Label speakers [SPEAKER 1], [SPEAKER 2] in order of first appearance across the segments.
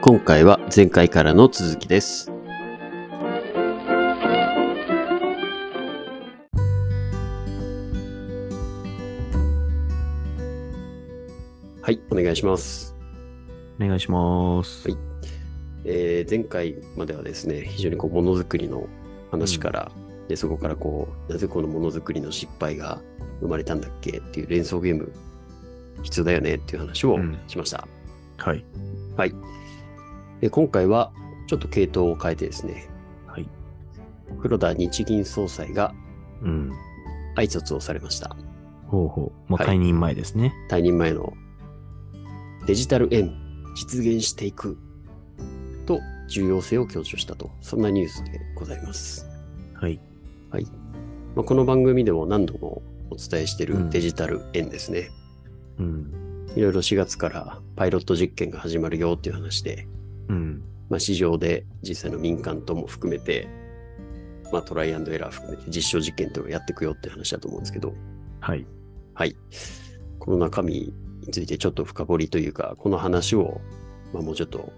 [SPEAKER 1] 今回は前回からの続きです。はい、お願いします。
[SPEAKER 2] お願いします。
[SPEAKER 1] はいえー前回まではですね、非常にこうものづくりの話から、でそこからこう、なぜこのものづくりの失敗が生まれたんだっけっていう連想ゲーム必要だよねっていう話を
[SPEAKER 2] うん
[SPEAKER 1] しました。
[SPEAKER 2] はい。
[SPEAKER 1] はい。で今回はちょっと系統を変えてですね、
[SPEAKER 2] はい。
[SPEAKER 1] 黒田日銀総裁が
[SPEAKER 2] うん。
[SPEAKER 1] 挨拶をされました。
[SPEAKER 2] ほうほう。まあ、
[SPEAKER 1] は
[SPEAKER 2] 退
[SPEAKER 1] い
[SPEAKER 2] 任前ですね。
[SPEAKER 1] 退任前のデジタル円実現していくと重要性を強調したと、そんなニュースでございます。
[SPEAKER 2] はい。
[SPEAKER 1] まあ、この番組でも何度もお伝えしていうる
[SPEAKER 2] ん
[SPEAKER 1] デジタル円ですね。
[SPEAKER 2] うん。
[SPEAKER 1] いろいろ4月からパイロット実験が始まるよっていう話で、
[SPEAKER 2] うん。
[SPEAKER 1] まあ、市場で実際の民間とも含めて、まあ、トライアンドエラー含めて実証実験というのをやっていくよっていう話だと思うんですけど、
[SPEAKER 2] はい。
[SPEAKER 1] はい。この中身についてちょっと深掘りというか、この話を、まあ、もうちょっと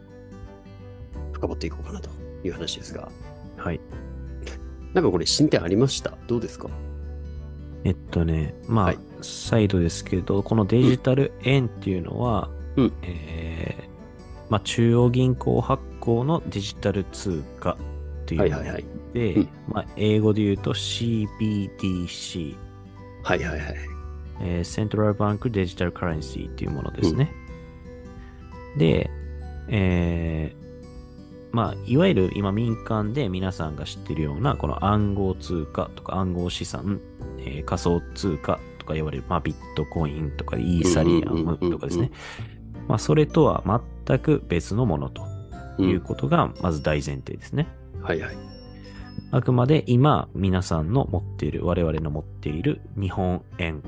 [SPEAKER 1] 深掘っていこうかなという話ですが、
[SPEAKER 2] はい。
[SPEAKER 1] なんかこれ進展ありましたどうですか
[SPEAKER 2] えっとね、まあ、
[SPEAKER 1] はい
[SPEAKER 2] 再度ですけど、このデジタル円っていうのは、
[SPEAKER 1] うん
[SPEAKER 2] えーまあ、中央銀行発行のデジタル通貨っていう
[SPEAKER 1] は
[SPEAKER 2] も
[SPEAKER 1] いは
[SPEAKER 2] の
[SPEAKER 1] いはい。
[SPEAKER 2] で、
[SPEAKER 1] うん
[SPEAKER 2] まあ、英語で言うと CBDC、
[SPEAKER 1] はいはいはい。
[SPEAKER 2] えー、セントラルバンクデジタルカレンシーっていうものですね。で、えーまあ、いわゆる今民間で皆さんが知ってるようなこの暗号通貨とか暗号資産、えー仮想通貨とか言われる、まあ、ビットコインとかイーサリアムとかですね。まあ、それとは全く別のものと
[SPEAKER 1] う、
[SPEAKER 2] いうんことがまず大前提ですね。
[SPEAKER 1] はいはい。
[SPEAKER 2] あくまで今、皆さんの持っている、我々の持っている日本円、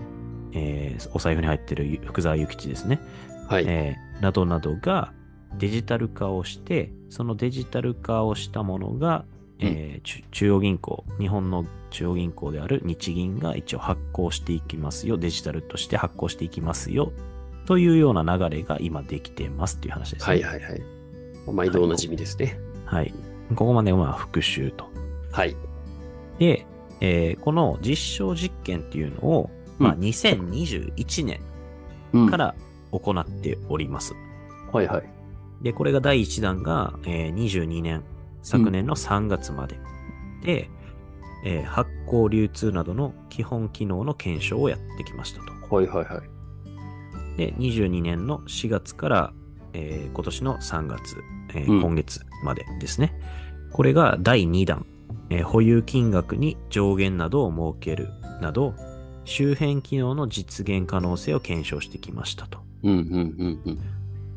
[SPEAKER 2] えーお財布に入っているゆ福沢諭吉ですね、
[SPEAKER 1] はい。
[SPEAKER 2] えーなどなどがデジタル化をして、そのデジタル化をしたものが、えーちゅ中央銀行、日本の中央銀行である日銀が一応発行していきますよ、デジタルとして発行していきますよ、というような流れが今できてますっていう話ですね。
[SPEAKER 1] はいはいはい。毎度おなじみですね。
[SPEAKER 2] はい。ここまではまあ復習と。
[SPEAKER 1] はい。
[SPEAKER 2] で、えーこの実証実験っていうのを、まあ、
[SPEAKER 1] うん
[SPEAKER 2] 2021年
[SPEAKER 1] うん
[SPEAKER 2] から行っております。
[SPEAKER 1] はいはい。
[SPEAKER 2] で、これが第1弾が、えー22年、昨年の3月まで。で、えー発行流通などの基本機能の検証をやってきましたと。
[SPEAKER 1] はいはいはい。
[SPEAKER 2] で、22年の4月から、えー今年の3月、えー
[SPEAKER 1] うん
[SPEAKER 2] 今月までですね。これが第2弾、えー保有金額に上限などを設けるなど、周辺機能の実現可能性を検証してきましたと。
[SPEAKER 1] うんうんうんうん。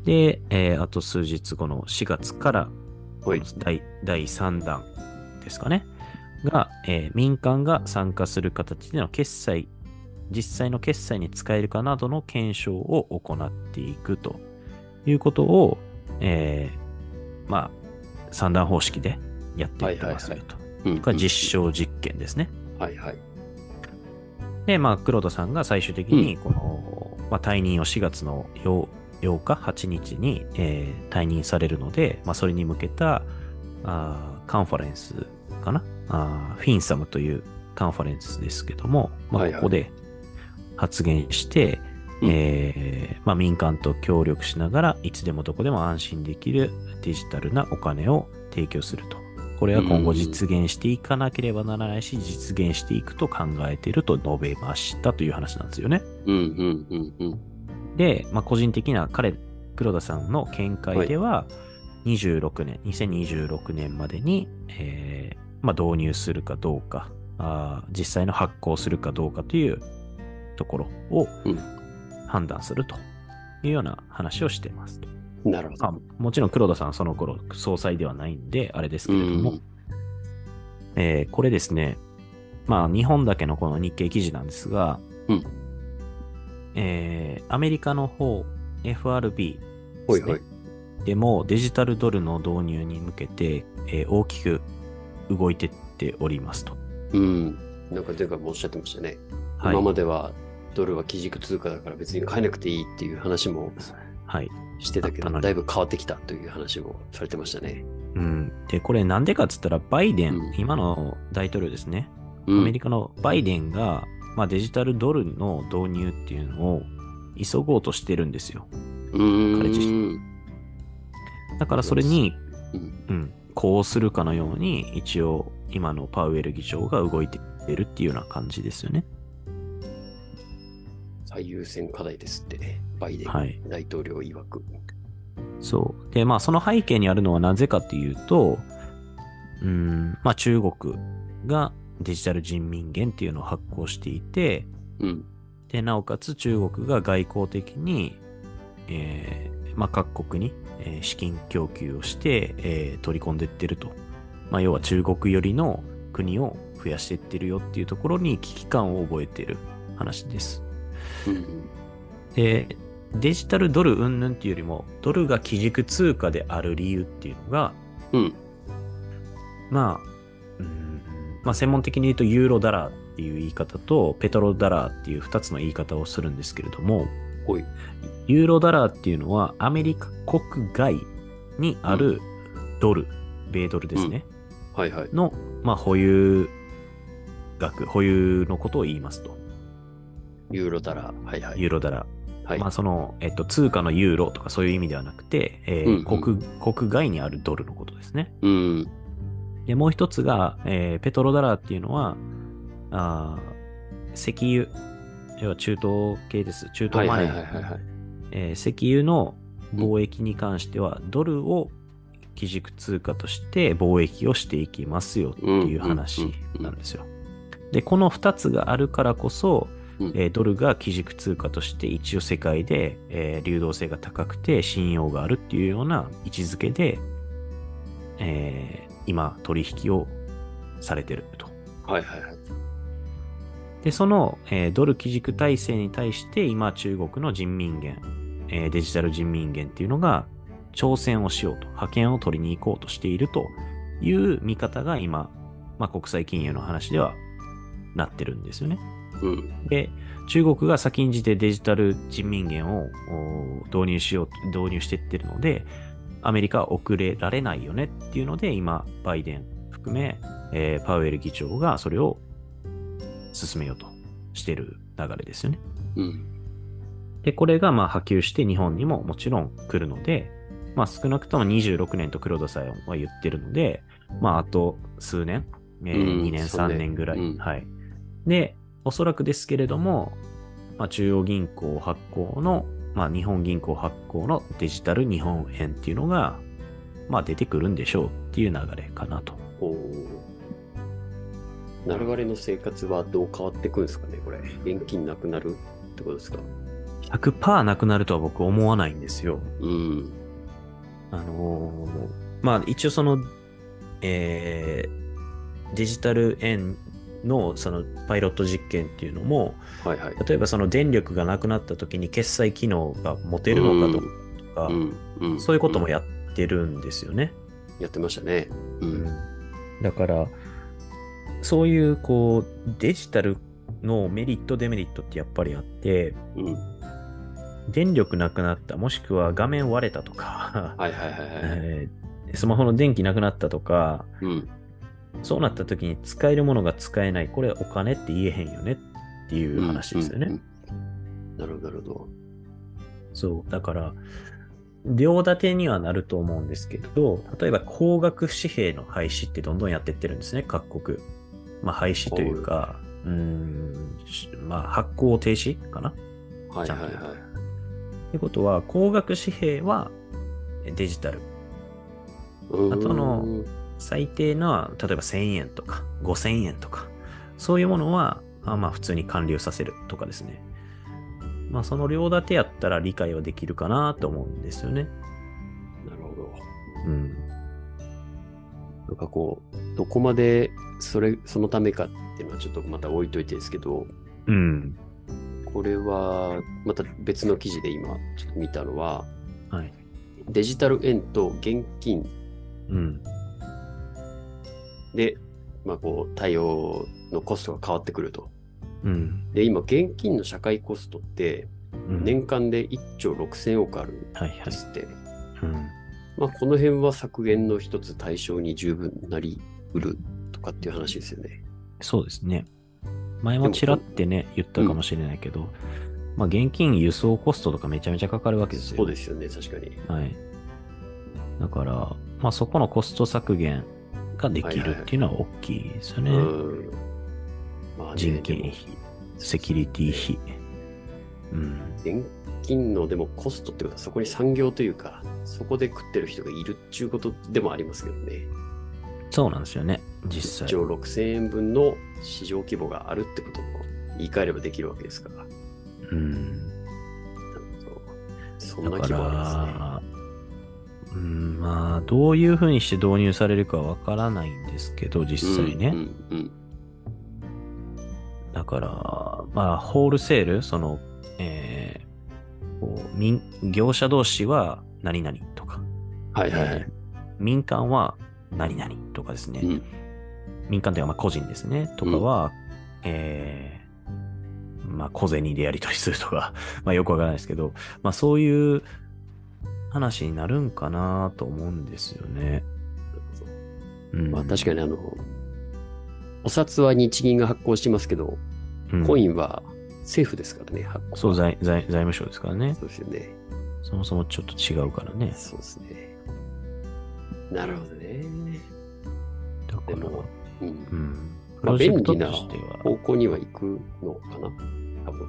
[SPEAKER 2] で、えーあと数日後の4月から、
[SPEAKER 1] はい。
[SPEAKER 2] 第第3弾ですかね。が、えー民間が参加する形での決済、実際の決済に使えるかなどの検証を行っていくということを、えーまあ、三段方式でやっていってますよと。
[SPEAKER 1] うん
[SPEAKER 2] これは実証実験ですね。
[SPEAKER 1] はいはい。
[SPEAKER 2] で、まあ、黒田さんが最終的に、この、まあ、退任を4月の 8, 8日、8日に、えー退任されるので、まあ、それに向けた、あーカンファレンスかなあーフィンサムというカンファレンスですけども、ま
[SPEAKER 1] は
[SPEAKER 2] あ、
[SPEAKER 1] いはい
[SPEAKER 2] ここで発言して、
[SPEAKER 1] うん
[SPEAKER 2] えーまあ、民間と協力しながらいつでもどこでも安心できるデジタルなお金を提供すると。これは今後実現していかなければならないし、実現していくと考えていると述べましたという話なんですよね。
[SPEAKER 1] うんうんうんうん。
[SPEAKER 2] で、まあ、個人的な彼、黒田さんの見解では、26年、2026年までに、えーまあ、導入するかどうかあー実際の発行するかどうかというところを
[SPEAKER 1] うん
[SPEAKER 2] 判断するというような話をしていますと。
[SPEAKER 1] なるほど。
[SPEAKER 2] まあ、もちろん黒田さんはその頃総裁ではないんで、あれです
[SPEAKER 1] う
[SPEAKER 2] けれども、
[SPEAKER 1] ん。
[SPEAKER 2] えーこれですね、まあ、日本だけのこの日経記事なんですが、
[SPEAKER 1] うん
[SPEAKER 2] えーアメリカの方、FRB
[SPEAKER 1] はいはい。
[SPEAKER 2] でもデジタルドルの導入に向けて、えー大きく動いてっておりますと。
[SPEAKER 1] うん。なんか前回もおっしゃってましたね。
[SPEAKER 2] はい
[SPEAKER 1] 今まではドルは基軸通貨だから別に買えなくていいっていう話も
[SPEAKER 2] はい。
[SPEAKER 1] してたけ
[SPEAKER 2] あったの
[SPEAKER 1] ど、
[SPEAKER 2] に
[SPEAKER 1] だいぶ変わってきたという話をされてましたね。
[SPEAKER 2] うん、で、これなんでかっつったら、バイデン、
[SPEAKER 1] うん
[SPEAKER 2] 今の大統領ですね、
[SPEAKER 1] うん、
[SPEAKER 2] アメリカのバイデンが、まあ、デジタルドルの導入っていうのを急ごうとしてるんですよ。
[SPEAKER 1] うーん
[SPEAKER 2] 彼自身だからそれに、
[SPEAKER 1] うん
[SPEAKER 2] うん、こうするかのように、一応、今のパウエル議長が動いてるっていうような感じですよね。
[SPEAKER 1] 最優先課題ですって、バイデ
[SPEAKER 2] は
[SPEAKER 1] ン
[SPEAKER 2] い。
[SPEAKER 1] 大統領曰く。
[SPEAKER 2] そう。で、まあ、その背景にあるのはなぜかっていうと、うん、まあ、中国がデジタル人民元っていうのを発行していて、
[SPEAKER 1] うん。
[SPEAKER 2] で、なおかつ中国が外交的に、えーまあ、各国に、えー資金供給をして、えー取り込んでってると。まあ、要は中国寄りの国を増やしてってるよっていうところに危機感を覚えてる話です。
[SPEAKER 1] うん。
[SPEAKER 2] で、デジタルドル云々っていうよりも、ドルが基軸通貨である理由っていうのが、
[SPEAKER 1] うん。
[SPEAKER 2] まあ、うんまあ、専門的に言うとユーロダラーっていう言い方とペトロダラーっていう2つの言い方をするんですけれども、
[SPEAKER 1] はい
[SPEAKER 2] ユーロダラーっていうのはアメリカ国外にあるドル、米ドルですね、
[SPEAKER 1] はいはい。
[SPEAKER 2] の、まあ、保有額、保有のことを言いますと、
[SPEAKER 1] ユーロダラー。はいはい。
[SPEAKER 2] ユーロダラー。
[SPEAKER 1] はい。
[SPEAKER 2] まあ、その、えっと、通貨のユーロとかそういう意味ではなくて、えー
[SPEAKER 1] うんうん
[SPEAKER 2] 国国外にあるドルのことですね。
[SPEAKER 1] うん。
[SPEAKER 2] で、もう一つが、えーペトロダラーっていうのは、あー石油、要は中東系です。中
[SPEAKER 1] は
[SPEAKER 2] 東
[SPEAKER 1] いは
[SPEAKER 2] マネ
[SPEAKER 1] い
[SPEAKER 2] ー
[SPEAKER 1] はいはいはい。
[SPEAKER 2] えー石油の貿易に関しては、ドルを基軸通貨として貿易をしていきますよっていう話なんですよ。で、この2つがあるからこそ、
[SPEAKER 1] うん
[SPEAKER 2] えードルが基軸通貨として一応世界で、えー流動性が高くて信用があるっていうような位置づけで、えー今取引をされてると。
[SPEAKER 1] はいはいはい。
[SPEAKER 2] で、その、えードル基軸体制に対して今中国の人民元、えーデジタル人民元っていうのが挑戦をしようと、覇権を取りに行こうとしているという見方が今、まあ、国際金融の話ではなってるんですよね。
[SPEAKER 1] うん。
[SPEAKER 2] で、中国が先んじてデジタル人民元をお導入しよう、導入してってるので、アメリカは遅れられないよねっていうので、今、バイデン含め、えーパウエル議長がそれを進めようとしてる流れですよね。
[SPEAKER 1] うん。
[SPEAKER 2] で、これがまあ波及して日本にももちろん来るので、まあ少なくとも26年と黒田さんは言ってるので、まああと数年、え
[SPEAKER 1] うん
[SPEAKER 2] 2年、
[SPEAKER 1] そう
[SPEAKER 2] 3
[SPEAKER 1] ね
[SPEAKER 2] 年ぐらい、
[SPEAKER 1] うん
[SPEAKER 2] はい。で、おそらくですけれども、まあ中央銀行発行の、まあ日本銀行発行のデジタル日本円っていうのが、まあ出てくるんでしょうっていう流れかなと。
[SPEAKER 1] おー我々の生活はどう変わってくんですかね、これ。現金なくなるってことですか。
[SPEAKER 2] 100%なくなるとは僕思わないんですよ。
[SPEAKER 1] うん。
[SPEAKER 2] あのーまあ一応その、えーデジタル円のそのパイロット実験っていうのも
[SPEAKER 1] はいはい。
[SPEAKER 2] 例えばその電力がなくなった時に決済機能が持てるのかとか、
[SPEAKER 1] うんうん
[SPEAKER 2] そういうことも
[SPEAKER 1] や
[SPEAKER 2] やってるんですよね、
[SPEAKER 1] ってましたね。うん。
[SPEAKER 2] だからそういうこうデジタルのメリットデメリットってやっぱりあって
[SPEAKER 1] うん。
[SPEAKER 2] 電力なくなったもしくは画面割れたとか、
[SPEAKER 1] はいはいはいはい。
[SPEAKER 2] えースマホの電気なくなったとか
[SPEAKER 1] うん。
[SPEAKER 2] そうなった時に使えるものが使えない、これお金って言えへんよねっていう話ですよね。
[SPEAKER 1] うん。うんなるほど、なるほど。
[SPEAKER 2] そう、だから、両立てにはなると思うんですけど、例えば高額紙幣の廃止ってどんどんやってってるんですね、各国。まあ廃止というか、うーん、しまあ発行停止かなっ
[SPEAKER 1] はい
[SPEAKER 2] ちゃ
[SPEAKER 1] は
[SPEAKER 2] ん
[SPEAKER 1] い
[SPEAKER 2] と
[SPEAKER 1] はい。
[SPEAKER 2] てことは、高額紙幣はデジタル。
[SPEAKER 1] うーん
[SPEAKER 2] あとの、最低な、例えば1000円とか5000円とか、そういうものは、あまあ普通に還流させるとかですね。まあその両立てやったら理解はできるかなと思うんですよね。
[SPEAKER 1] なるほど。
[SPEAKER 2] うん。
[SPEAKER 1] なんかこう、どこまでそれ、そのためかっていうのはちょっとまた置いといてですけど、
[SPEAKER 2] うん。
[SPEAKER 1] これはまた別の記事で今ちょっと見たのは、
[SPEAKER 2] はい。
[SPEAKER 1] デジタル円と現金
[SPEAKER 2] うん。
[SPEAKER 1] で、まあ、こう対応のコストが変わってくると。
[SPEAKER 2] うん。
[SPEAKER 1] で、今、現金の社会コストって
[SPEAKER 2] うん
[SPEAKER 1] 年間で1兆6000億あるん
[SPEAKER 2] はいは
[SPEAKER 1] で
[SPEAKER 2] い。
[SPEAKER 1] すって。
[SPEAKER 2] うん。
[SPEAKER 1] まあ、この辺は削減の一つ対象に十分なりうるとかっていう話ですよね。
[SPEAKER 2] そうですね。前もちらってね、言ったかもしれないけど、まあ、現金輸送コストとかめちゃめちゃかかるわけですよ。
[SPEAKER 1] そうですよね、確かに。
[SPEAKER 2] はい。だから、まあ、そこのコスト削減ができるっていうのは大きいですよね。
[SPEAKER 1] うん。まあね、
[SPEAKER 2] 人件費
[SPEAKER 1] でも
[SPEAKER 2] セキュリティ費。うん。
[SPEAKER 1] 現金のでもコストってことはそこに産業というか、そこで食ってる人がいるっていうことでもありますけどね。
[SPEAKER 2] そうなんですよね、
[SPEAKER 1] 1
[SPEAKER 2] 実際
[SPEAKER 1] 兆。6000円分の市場規模があるってことも言い換えればできるわけですから。なる
[SPEAKER 2] うん。
[SPEAKER 1] ほど。そん
[SPEAKER 2] だ
[SPEAKER 1] な
[SPEAKER 2] か
[SPEAKER 1] 規模あ
[SPEAKER 2] ら、うん、まあ、どういうふうにして導入されるかわからないんですけど、
[SPEAKER 1] りますね。
[SPEAKER 2] 実際ね。
[SPEAKER 1] うんうんうん
[SPEAKER 2] だから、まあ、ホールセール、その、えーこう民業者同士は何々とか、
[SPEAKER 1] はいはいは
[SPEAKER 2] え
[SPEAKER 1] い。
[SPEAKER 2] ー民間は何々とかですね、
[SPEAKER 1] うん
[SPEAKER 2] 民間というかまあ個人ですね、とかは、えーまあ、小銭でやり取りするとか、 まあ、よくわからないですけど、まあ、そういう話になるんかなと思うんですよね。うん、
[SPEAKER 1] まあ確かにあの、お札は日銀が発行してますけど、
[SPEAKER 2] に、
[SPEAKER 1] コイ
[SPEAKER 2] ン、
[SPEAKER 1] ンは政府ですからね、発行。
[SPEAKER 2] そう財財、財務省ですからね。
[SPEAKER 1] そうですよね。
[SPEAKER 2] そもそもちょっと違うからね。
[SPEAKER 1] そうですね。なるほどね。
[SPEAKER 2] だか
[SPEAKER 1] で
[SPEAKER 2] ら、
[SPEAKER 1] もうん
[SPEAKER 2] うん。プ
[SPEAKER 1] まあ
[SPEAKER 2] ロジェクト
[SPEAKER 1] 便利な
[SPEAKER 2] としては、
[SPEAKER 1] 方向には行くのかな多分。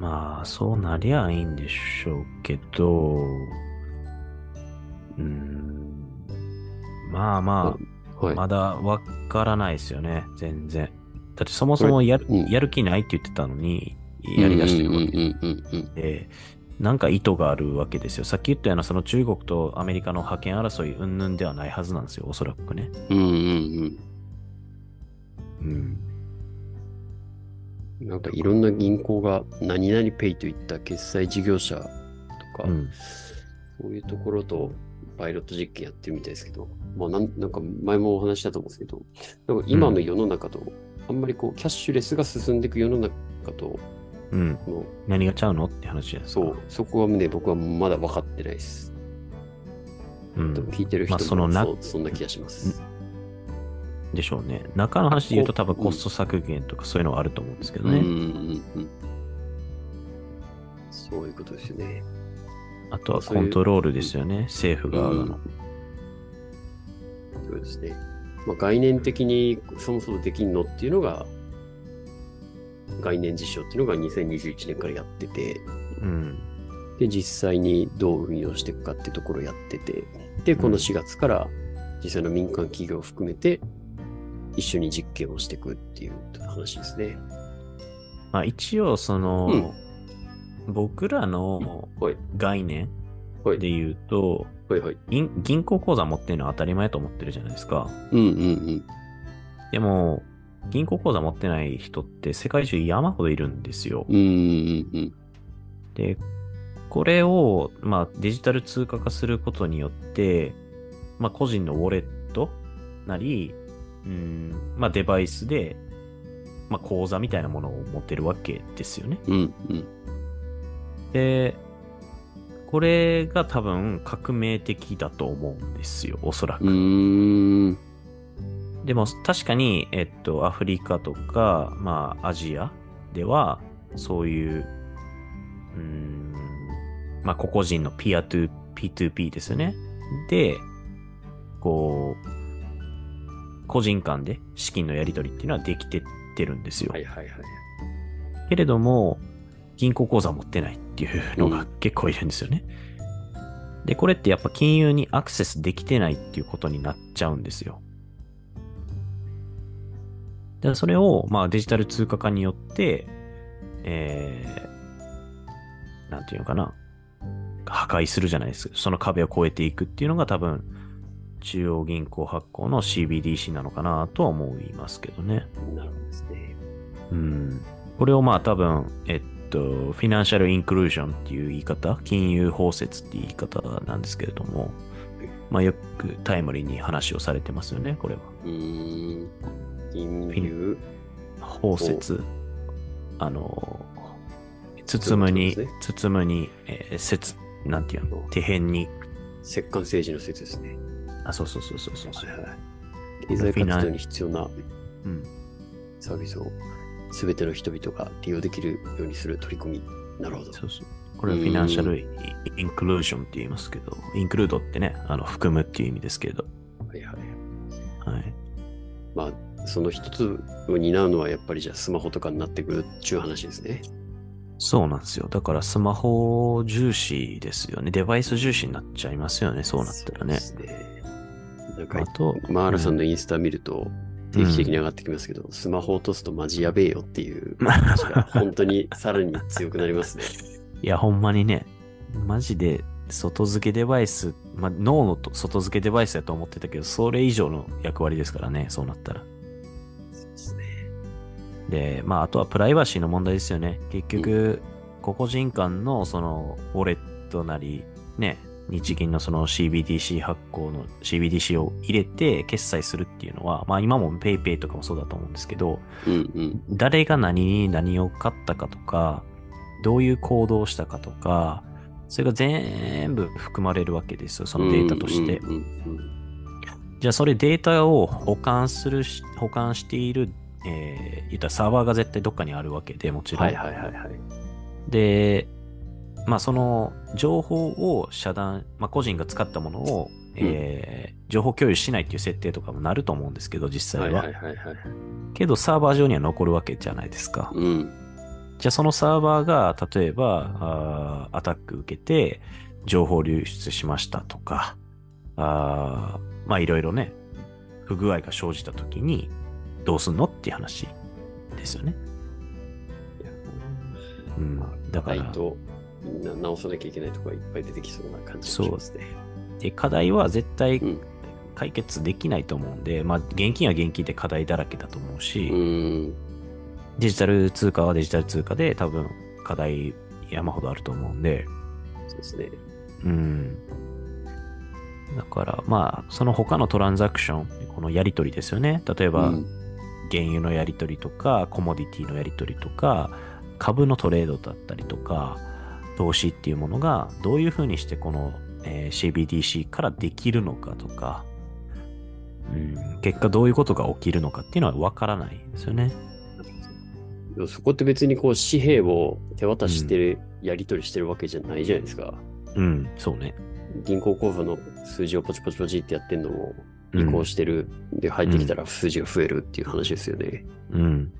[SPEAKER 2] まあ、そうなりゃいいんでしょうけど、うん。まあまあ、
[SPEAKER 1] はい。
[SPEAKER 2] まだわからないですよね、全然。だってそもそもやる,、
[SPEAKER 1] うん
[SPEAKER 2] やる気ないって言ってたのに、やりだしてるわけ
[SPEAKER 1] うんうんうんうん
[SPEAKER 2] で、なんか意図があるわけですよ。さっき言ったような、その中国とアメリカの覇権争い、云々ではないはずなんですよ、おそらくね。
[SPEAKER 1] うん。うんうん
[SPEAKER 2] うん。
[SPEAKER 1] うん。なんかいろんな銀行が何々ペイといった決済事業者とか、
[SPEAKER 2] うん
[SPEAKER 1] そういうところとパイロット実験やってるみたいですけど、まあ、なんなんか前もお話ししたと思うんですけど、なんか今の世の中と、あんまりこうキャッシュレスが進んでいく世の中と、
[SPEAKER 2] うん。
[SPEAKER 1] この
[SPEAKER 2] 何がちゃうのって話じゃないです
[SPEAKER 1] そ
[SPEAKER 2] か。
[SPEAKER 1] う、そこはね、僕はまだ分かってないです。
[SPEAKER 2] う
[SPEAKER 1] で
[SPEAKER 2] ん
[SPEAKER 1] も。聞いてる人
[SPEAKER 2] まあ
[SPEAKER 1] も
[SPEAKER 2] そのな
[SPEAKER 1] そうそんな気がします。
[SPEAKER 2] でしょうね。中の話で言うと
[SPEAKER 1] こ
[SPEAKER 2] 多
[SPEAKER 1] う
[SPEAKER 2] 分コスト削減とかそういうのはあると思うんですけど
[SPEAKER 1] うんう
[SPEAKER 2] ね。
[SPEAKER 1] んうん。そういうことですよね。
[SPEAKER 2] あとはコントロールですよね。政府側の。
[SPEAKER 1] そうですね。まあ、概念的にそもそもできんのっていうのが、概念実証っていうのが2021年からやってて、
[SPEAKER 2] うん。
[SPEAKER 1] で、実際にどう運用していくかっていうところをやってて、で、この4月から実際の民間企業を含めて、一緒に実験をしていくっていう話ですね。
[SPEAKER 2] まあ一応その、僕らの
[SPEAKER 1] はい、
[SPEAKER 2] 概念
[SPEAKER 1] は
[SPEAKER 2] で
[SPEAKER 1] い、
[SPEAKER 2] 言うと、
[SPEAKER 1] はい、はい。
[SPEAKER 2] 銀銀行口座持ってるのは当たり前と思ってるじゃないですか。
[SPEAKER 1] うん、うん、
[SPEAKER 2] でも、銀行口座持ってない人って世界中山ほどいるんですよ
[SPEAKER 1] うん。う。ん、うん、うん。
[SPEAKER 2] で、これを、まあ、デジタル通貨化することによって、まあ、個人のウォレットなり、うん、まあ、デバイスで、まあ、口座みたいなものを持てるわけですよね。
[SPEAKER 1] うん、うん。
[SPEAKER 2] で、これが多分革命的だと思うんですよ、おそらく。
[SPEAKER 1] うーん。
[SPEAKER 2] でも確かに、えっと、アフリカとか、まあ、アジアでは、そういう、うーん、まあ、個々人のピアトゥ、P2P ですよね。で、こう、個人間で資金のやり取りっていうのはできてってるんですよ。
[SPEAKER 1] はい、はい、はい。
[SPEAKER 2] けれども、銀行口座持ってないっていうのが結構いるんですよね。で、これってやっぱ金融にアクセスできてないっていうことになっちゃうんですよ。だからそれを、まあ、デジタル通貨化によって、えー、なんていうのかな、破壊するじゃないですか。その壁を越えていくっていうのが多分、中央銀行発行の CBDC なのかなとは思いますけどね。
[SPEAKER 1] なるほどですね。
[SPEAKER 2] うん、これをまあ多分、えっと、フィナンシャルインクルージョンっていう言い方、金融包摂っていう言い方なんですけれども、まあよくタイムリーに話をされてますよね、これは。
[SPEAKER 1] うーん。金融。
[SPEAKER 2] 包摂。あの、包むに、
[SPEAKER 1] そうですね
[SPEAKER 2] 包むに、えー、節、なんていうの、手辺に。
[SPEAKER 1] 石棺政治の説ですね。
[SPEAKER 2] あ、そうそうそうそうそうそう、
[SPEAKER 1] 経済活動に必要な
[SPEAKER 2] うん。
[SPEAKER 1] サービスを全ての人々が利用できるようにする取り組み。なるほど。
[SPEAKER 2] そうそう。これはフィナンシャルイインクルージョンって言いますけど、インクルードってね、あの、含むっていう意味ですけれど。
[SPEAKER 1] はいはい。
[SPEAKER 2] はい。
[SPEAKER 1] まあ、その一つを担うのはやっぱりじゃあスマホとかになってくるっていう話ですね。
[SPEAKER 2] そうなんですよ。だからスマホ重視ですよね。デバイス重視になっちゃいますよね。そうなったらね。
[SPEAKER 1] そうですねなんか
[SPEAKER 2] あ、と、
[SPEAKER 1] マーラさん
[SPEAKER 2] の、
[SPEAKER 1] のインスタ見ると定期的に上がってきますけど、スマホ落とすとマジやべえよっていう話が本当にさらに強くなりますね。
[SPEAKER 2] いや、ほんまにね、マジで外付けデバイス、まあ、脳のと外付けデバイスだと思ってたけど、それ以上の役割ですからね。そうなったら。
[SPEAKER 1] そうですね
[SPEAKER 2] で、まあ、あとはプライバシーの問題ですよね。結局、個々人間のそのウォレットなり、ね、日銀のその CBDC 発行の CBDC を入れて決済するっていうのは、まあ今も PayPay とかもそうだと思うんですけど、
[SPEAKER 1] うんうん。
[SPEAKER 2] 誰が何に何を買ったかとか、どういう行動をしたかとか、それが全部含まれるわけですよ、そのデータとして
[SPEAKER 1] う。んうん
[SPEAKER 2] じゃあそれデータを保管するし、保管している、えー、言ったらサーバーが絶対どっかにあるわけで、
[SPEAKER 1] う
[SPEAKER 2] もち
[SPEAKER 1] ん
[SPEAKER 2] ろん。
[SPEAKER 1] はいはいはいはい。
[SPEAKER 2] で、まあ、その情報を遮断、まあ、個人が使ったものを、えー情報共有しないっていう設定とかもなると思うんですけど、実
[SPEAKER 1] はい
[SPEAKER 2] 際は。
[SPEAKER 1] はいはいはい。
[SPEAKER 2] けど、サーバー上には残るわけじゃないですか。
[SPEAKER 1] うん。
[SPEAKER 2] じゃあ、そのサーバーが、例えば、あーアタック受けて、情報流出しましたとか、あーまあ、いろいろね、不具合が生じたときに、どうすんのっていう話ですよね。うん
[SPEAKER 1] まあ、
[SPEAKER 2] だから。
[SPEAKER 1] 意外とみんな直さなきゃいけないとこがいっぱい出てきそうな感じがしますね。
[SPEAKER 2] で課題は絶対
[SPEAKER 1] うん
[SPEAKER 2] 解決できないと思うんで、まあ、現金は現金で課題だらけだと思うし、
[SPEAKER 1] うん。
[SPEAKER 2] デジタル通貨はデジタル通貨で多分課題山ほどあると思うんで、
[SPEAKER 1] そうですね。
[SPEAKER 2] うん。だから、まあ、その他のトランザクション、このやり取りですよね。例えば、
[SPEAKER 1] うん
[SPEAKER 2] 原油のやり取りとか、コモディティのやり取りとか、株のトレードだったりとか、投資っていうものが、どういうふうにしてこの、えー CBDC からできるのかとか、うん、結果どういうことが起きるのかっていうのはわからないですよね。
[SPEAKER 1] でもそこって別にこう紙幣を手渡してる、やり取りしてるわけじゃないじゃないですか。
[SPEAKER 2] うん、そうね。
[SPEAKER 1] 銀行口座の数字をポチポチポチってやってんのも
[SPEAKER 2] う
[SPEAKER 1] 移
[SPEAKER 2] ん
[SPEAKER 1] 行してる、で入ってきたら数字が増えるっていう話ですよね。
[SPEAKER 2] うん。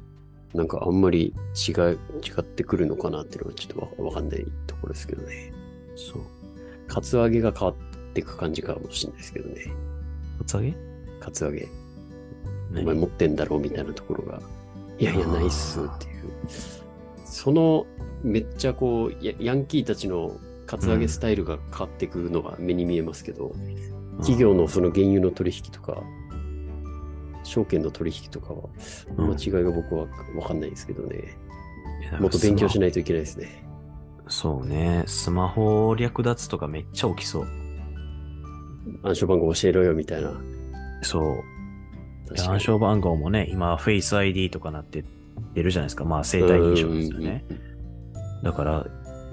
[SPEAKER 1] なんかあんまり違い違ってくるのかなっていうのはちょっとわわかんないところですけどね。
[SPEAKER 2] そう。
[SPEAKER 1] カツアゲが変わっていく感じかもしれないですけどね。
[SPEAKER 2] おつあげ
[SPEAKER 1] カツアゲ、お
[SPEAKER 2] 何
[SPEAKER 1] 前持ってんだろうみたいなところが、いやいや、
[SPEAKER 2] あー
[SPEAKER 1] ないっすっていう。そのめっちゃこうヤ、ヤンキーたちのカツアゲスタイルが変わってくるのが目に見えますけど、企業のその原油の取引とか、証券の取引とかは、
[SPEAKER 2] うん
[SPEAKER 1] 間違いが僕は分かんないですけどね。
[SPEAKER 2] いや
[SPEAKER 1] もっと勉強し
[SPEAKER 2] い
[SPEAKER 1] ないといけないですね。
[SPEAKER 2] そうね。スマホ略奪とかめっちゃ起きそう。
[SPEAKER 1] 暗証番号教えろよみたいな。
[SPEAKER 2] そう。
[SPEAKER 1] 確かに
[SPEAKER 2] 暗証番号もね、今、フェイス ID とかなって出るじゃないですか。まあ、生体認証ですよね。。
[SPEAKER 1] うんうんうん
[SPEAKER 2] だから、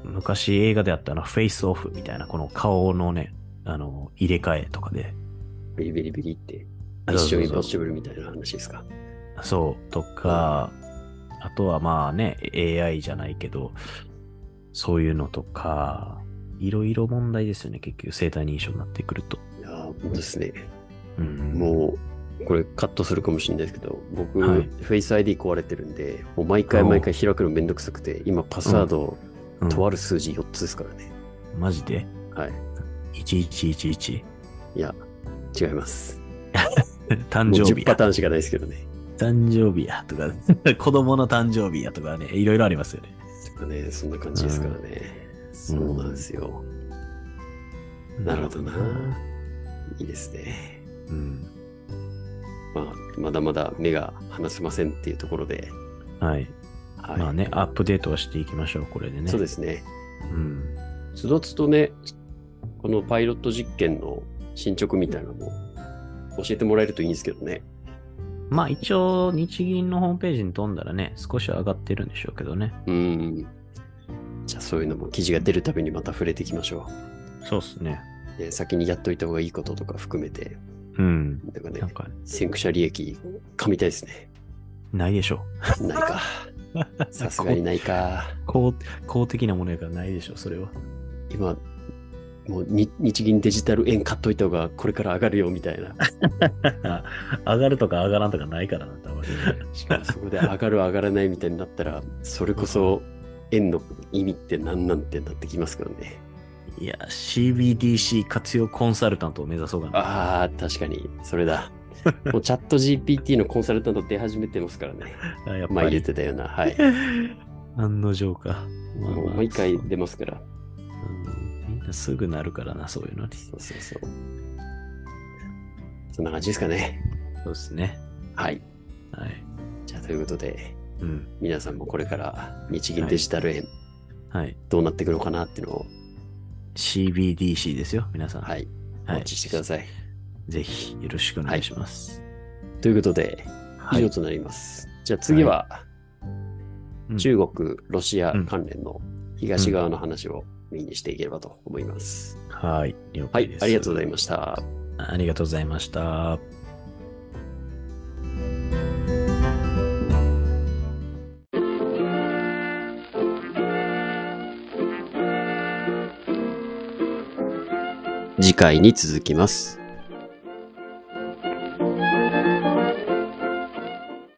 [SPEAKER 2] 昔映画であったのフェイスオフみたいな、この顔のね、あの、入れ替えとかで。
[SPEAKER 1] ビリビリビリって、
[SPEAKER 2] あ
[SPEAKER 1] 一
[SPEAKER 2] そうそう
[SPEAKER 1] 緒
[SPEAKER 2] そう
[SPEAKER 1] にポッシブルみたいな話ですか。
[SPEAKER 2] そう、とか、あとはまあね、AI じゃないけど、そういうのとか、いろいろ問題ですよね、結局、生体認証になってくると。
[SPEAKER 1] いやー、本当ですね。
[SPEAKER 2] うん。
[SPEAKER 1] もう、これカットするかもしれないですけど、僕、
[SPEAKER 2] はい
[SPEAKER 1] フェイス ID 壊れてるんで、もう毎回毎回開くのめんどくさくて、今パスワード、
[SPEAKER 2] うん、
[SPEAKER 1] とある数字4つですからね。
[SPEAKER 2] マジで
[SPEAKER 1] はい。
[SPEAKER 2] ?1111。
[SPEAKER 1] いや、違います。
[SPEAKER 2] 誕
[SPEAKER 1] もう
[SPEAKER 2] 生日
[SPEAKER 1] 10。パターンしかないですけどね。
[SPEAKER 2] 誕生日やとか、 子供の誕生日やとかね、いろいろありますよね。
[SPEAKER 1] とかね、そんな感じですからね。そうなんですよ。なるほどな。いいですね。
[SPEAKER 2] うん。
[SPEAKER 1] まあ、まだまだ目が離せませんっていうところで。
[SPEAKER 2] はい。
[SPEAKER 1] はい。
[SPEAKER 2] まあね、アップデートはしていきましょう、これでね。。
[SPEAKER 1] そうですすね。
[SPEAKER 2] うん。
[SPEAKER 1] つどつどね、このパイロット実験の進捗みたいなのも教えてもらえるといいんですけどね。
[SPEAKER 2] まあ一応、日銀のホームページに飛んだらね、少しは上がってるんでしょうけどね。
[SPEAKER 1] うん。じゃあそういうのも記事が出るたびにまた触れていきましょ
[SPEAKER 2] そうっすね。
[SPEAKER 1] う。ね、先にやっといた方がいいこととか含めて、
[SPEAKER 2] うん。
[SPEAKER 1] なんかね
[SPEAKER 2] なん、か、
[SPEAKER 1] 先駆者利益、噛みたいです ね。
[SPEAKER 2] ないでしょ
[SPEAKER 1] ないか。さすがにないか。
[SPEAKER 2] う。公、公的なものやからないでしょう、それは。
[SPEAKER 1] 今、もうに日銀デジタル円買っといた方がこれから上がるよみたい な。
[SPEAKER 2] 上がるとか上がらんとかないからな、多分。
[SPEAKER 1] しかもそこで上がる上がらないみたいになったら、それこそ円の意味って何なんてなってきますからね。
[SPEAKER 2] いや、CBDC 活用コンサルタントを目指そうかな。
[SPEAKER 1] ああ、確かに、それ だ。もうチャット GPT のコンサルタント出始めてますからね。
[SPEAKER 2] あやっ
[SPEAKER 1] まあ
[SPEAKER 2] ぱ
[SPEAKER 1] 言っ
[SPEAKER 2] り。
[SPEAKER 1] てたような。はい。
[SPEAKER 2] 案の定か。まあ
[SPEAKER 1] もう
[SPEAKER 2] まあ
[SPEAKER 1] 毎回
[SPEAKER 2] そう
[SPEAKER 1] 出ますから。
[SPEAKER 2] うんみんなすぐなるからな、そういうのに。
[SPEAKER 1] そうそうそう。そんな感じですかね。
[SPEAKER 2] そうですね。
[SPEAKER 1] はい。
[SPEAKER 2] はい。
[SPEAKER 1] じゃあということで、
[SPEAKER 2] うん。
[SPEAKER 1] 皆さんもこれから日銀デジタル円
[SPEAKER 2] はい。
[SPEAKER 1] どうなっていくのかなっていうのを、
[SPEAKER 2] CBDC ですよ、皆さん。
[SPEAKER 1] はい、お
[SPEAKER 2] はい
[SPEAKER 1] 待ちしてください。
[SPEAKER 2] ぜひ、よろしくお願いします。
[SPEAKER 1] ということで、
[SPEAKER 2] は
[SPEAKER 1] 以
[SPEAKER 2] い。
[SPEAKER 1] 上となります。じゃあ次は、
[SPEAKER 2] うん
[SPEAKER 1] 中国、ロシア関連の東側の話をメインにしていければと思います。
[SPEAKER 2] はい。了
[SPEAKER 1] は
[SPEAKER 2] 解
[SPEAKER 1] い
[SPEAKER 2] で、す。
[SPEAKER 1] ありがとうございました。
[SPEAKER 2] ありがとうございました。
[SPEAKER 1] 次回に続きます。